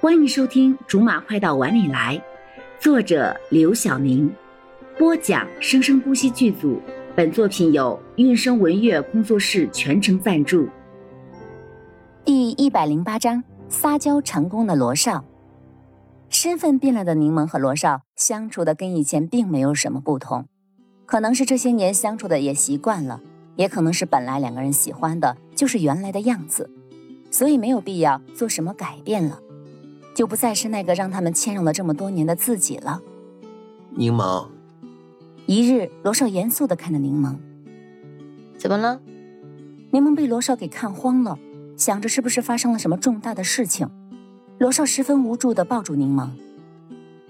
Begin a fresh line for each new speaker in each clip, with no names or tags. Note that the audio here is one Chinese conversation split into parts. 欢迎收听《竹马快到碗里来》，作者刘晓宁，播讲生生不息剧组。本作品由韵声文乐工作室全程赞助。
第一百零八章：撒娇成功的罗少。身份变了的柠檬和罗少相处的跟以前并没有什么不同，可能是这些年相处的也习惯了，也可能是本来两个人喜欢的就是原来的样子，所以没有必要做什么改变了。就不再是那个让他们谦让了这么多年的自己了。
柠檬，
一日，罗少严肃的看着柠檬，
怎么了？
柠檬被罗少给看慌了，想着是不是发生了什么重大的事情。罗少十分无助的抱住柠檬，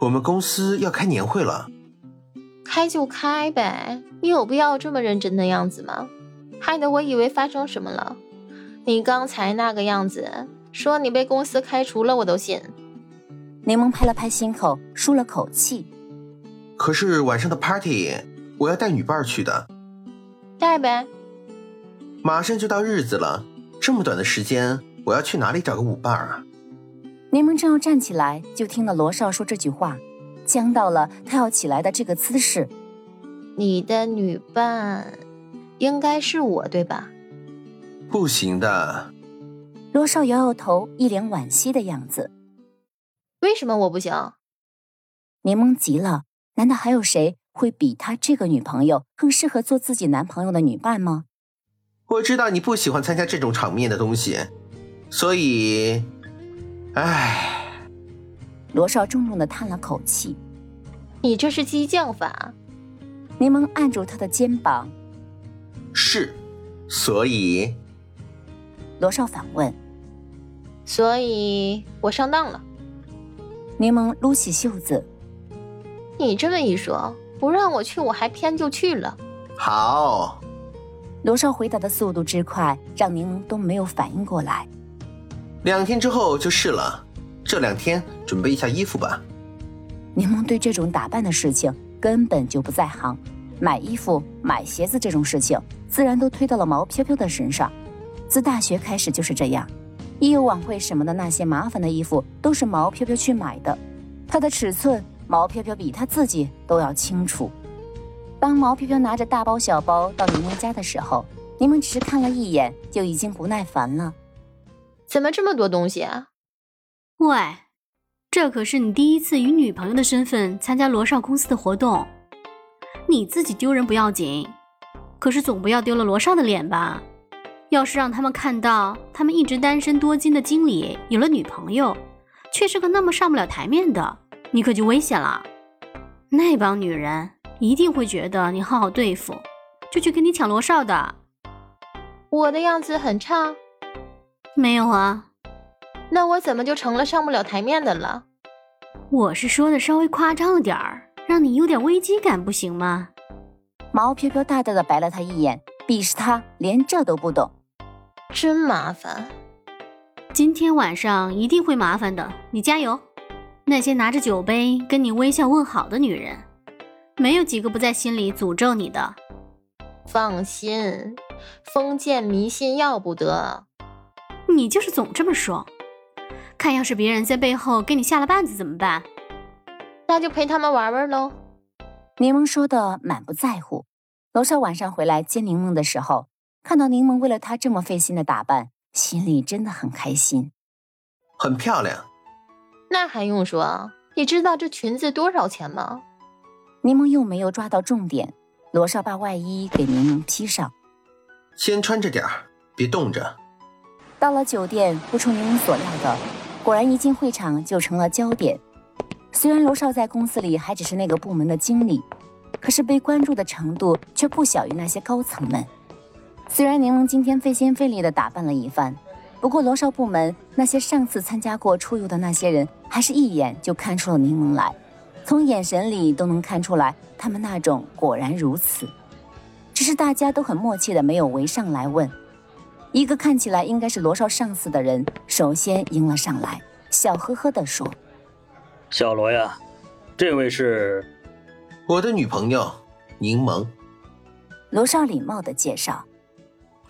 我们公司要开年会了，
开就开呗，你有必要这么认真的样子吗？害得我以为发生什么了。你刚才那个样子，说你被公司开除了，我都信。
柠檬拍了拍心口，舒了口气。
可是晚上的 party 我要带女伴去的，
带呗。
马上就到日子了，这么短的时间，我要去哪里找个舞伴啊？
柠檬正要站起来，就听到罗少说这句话，僵到了他要起来的这个姿势。
你的女伴应该是我对吧？
不行的，
罗少摇摇头，一脸惋惜的样子。
为什么我不行？
柠檬急了，难道还有谁会比他这个女朋友更适合做自己男朋友的女伴吗？
我知道你不喜欢参加这种场面的东西，所以，唉，
罗少重重的叹了口气。
你这是激将法。
柠檬按住他的肩膀，
是，所以
罗少反问。
所以我上当了。
柠檬撸起袖子，
你这么一说，不让我去，我还偏就去了。
好，
罗少回答的速度之快，让柠檬都没有反应过来。
两天之后就是了。这两天准备一下衣服吧。
柠檬对这种打扮的事情根本就不在行，买衣服、买鞋子这种事情，自然都推到了毛飘飘的身上。自大学开始就是这样，一有晚会什么的，那些麻烦的衣服都是毛飘飘去买的。它的尺寸，毛飘飘比他自己都要清楚。当毛飘飘拿着大包小包到柠檬家的时候，柠檬只是看了一眼就已经不耐烦了。
怎么这么多东西啊？
喂，这可是你第一次以女朋友的身份参加罗少公司的活动，你自己丢人不要紧，可是总不要丢了罗少的脸吧？要是让他们看到他们一直单身多金的经理有了女朋友，却是个那么上不了台面的，你可就危险了。那帮女人一定会觉得你好好对付，就去跟你抢罗少的。
我的样子很差，
没有啊，
那我怎么就成了上不了台面的了？
我是说的稍微夸张了点儿，让你有点危机感，不行吗？
毛飘飘大大的白了他一眼，鄙视他连这都不懂。
真麻烦。
今天晚上一定会麻烦的，你加油！那些拿着酒杯跟你微笑问好的女人，没有几个不在心里诅咒你的。
放心，封建迷信要不得。
你就是总这么说，看要是别人在背后给你下了绊子怎么办？
那就陪他们玩玩喽。
柠檬说的满不在乎。罗少晚上回来接柠檬的时候，看到柠檬为了他这么费心的打扮，心里真的很开心。
很漂亮。
那还用说？你知道这裙子多少钱吗？
柠檬又没有抓到重点，罗少把外衣给柠檬披上。
先穿着点儿，别冻着。
到了酒店，不出柠檬所料的，果然一进会场就成了焦点。虽然罗少在公司里还只是那个部门的经理，可是被关注的程度却不小于那些高层们。虽然柠檬今天费心费力的打扮了一番，不过罗少部门那些上次参加过出游的那些人，还是一眼就看出了柠檬来，从眼神里都能看出来，他们那种果然如此。只是大家都很默契的没有围上来问。一个看起来应该是罗少上司的人，首先迎了上来，笑呵呵地说
小罗呀，这位是
我的女朋友柠檬，：“
罗少礼貌地介绍。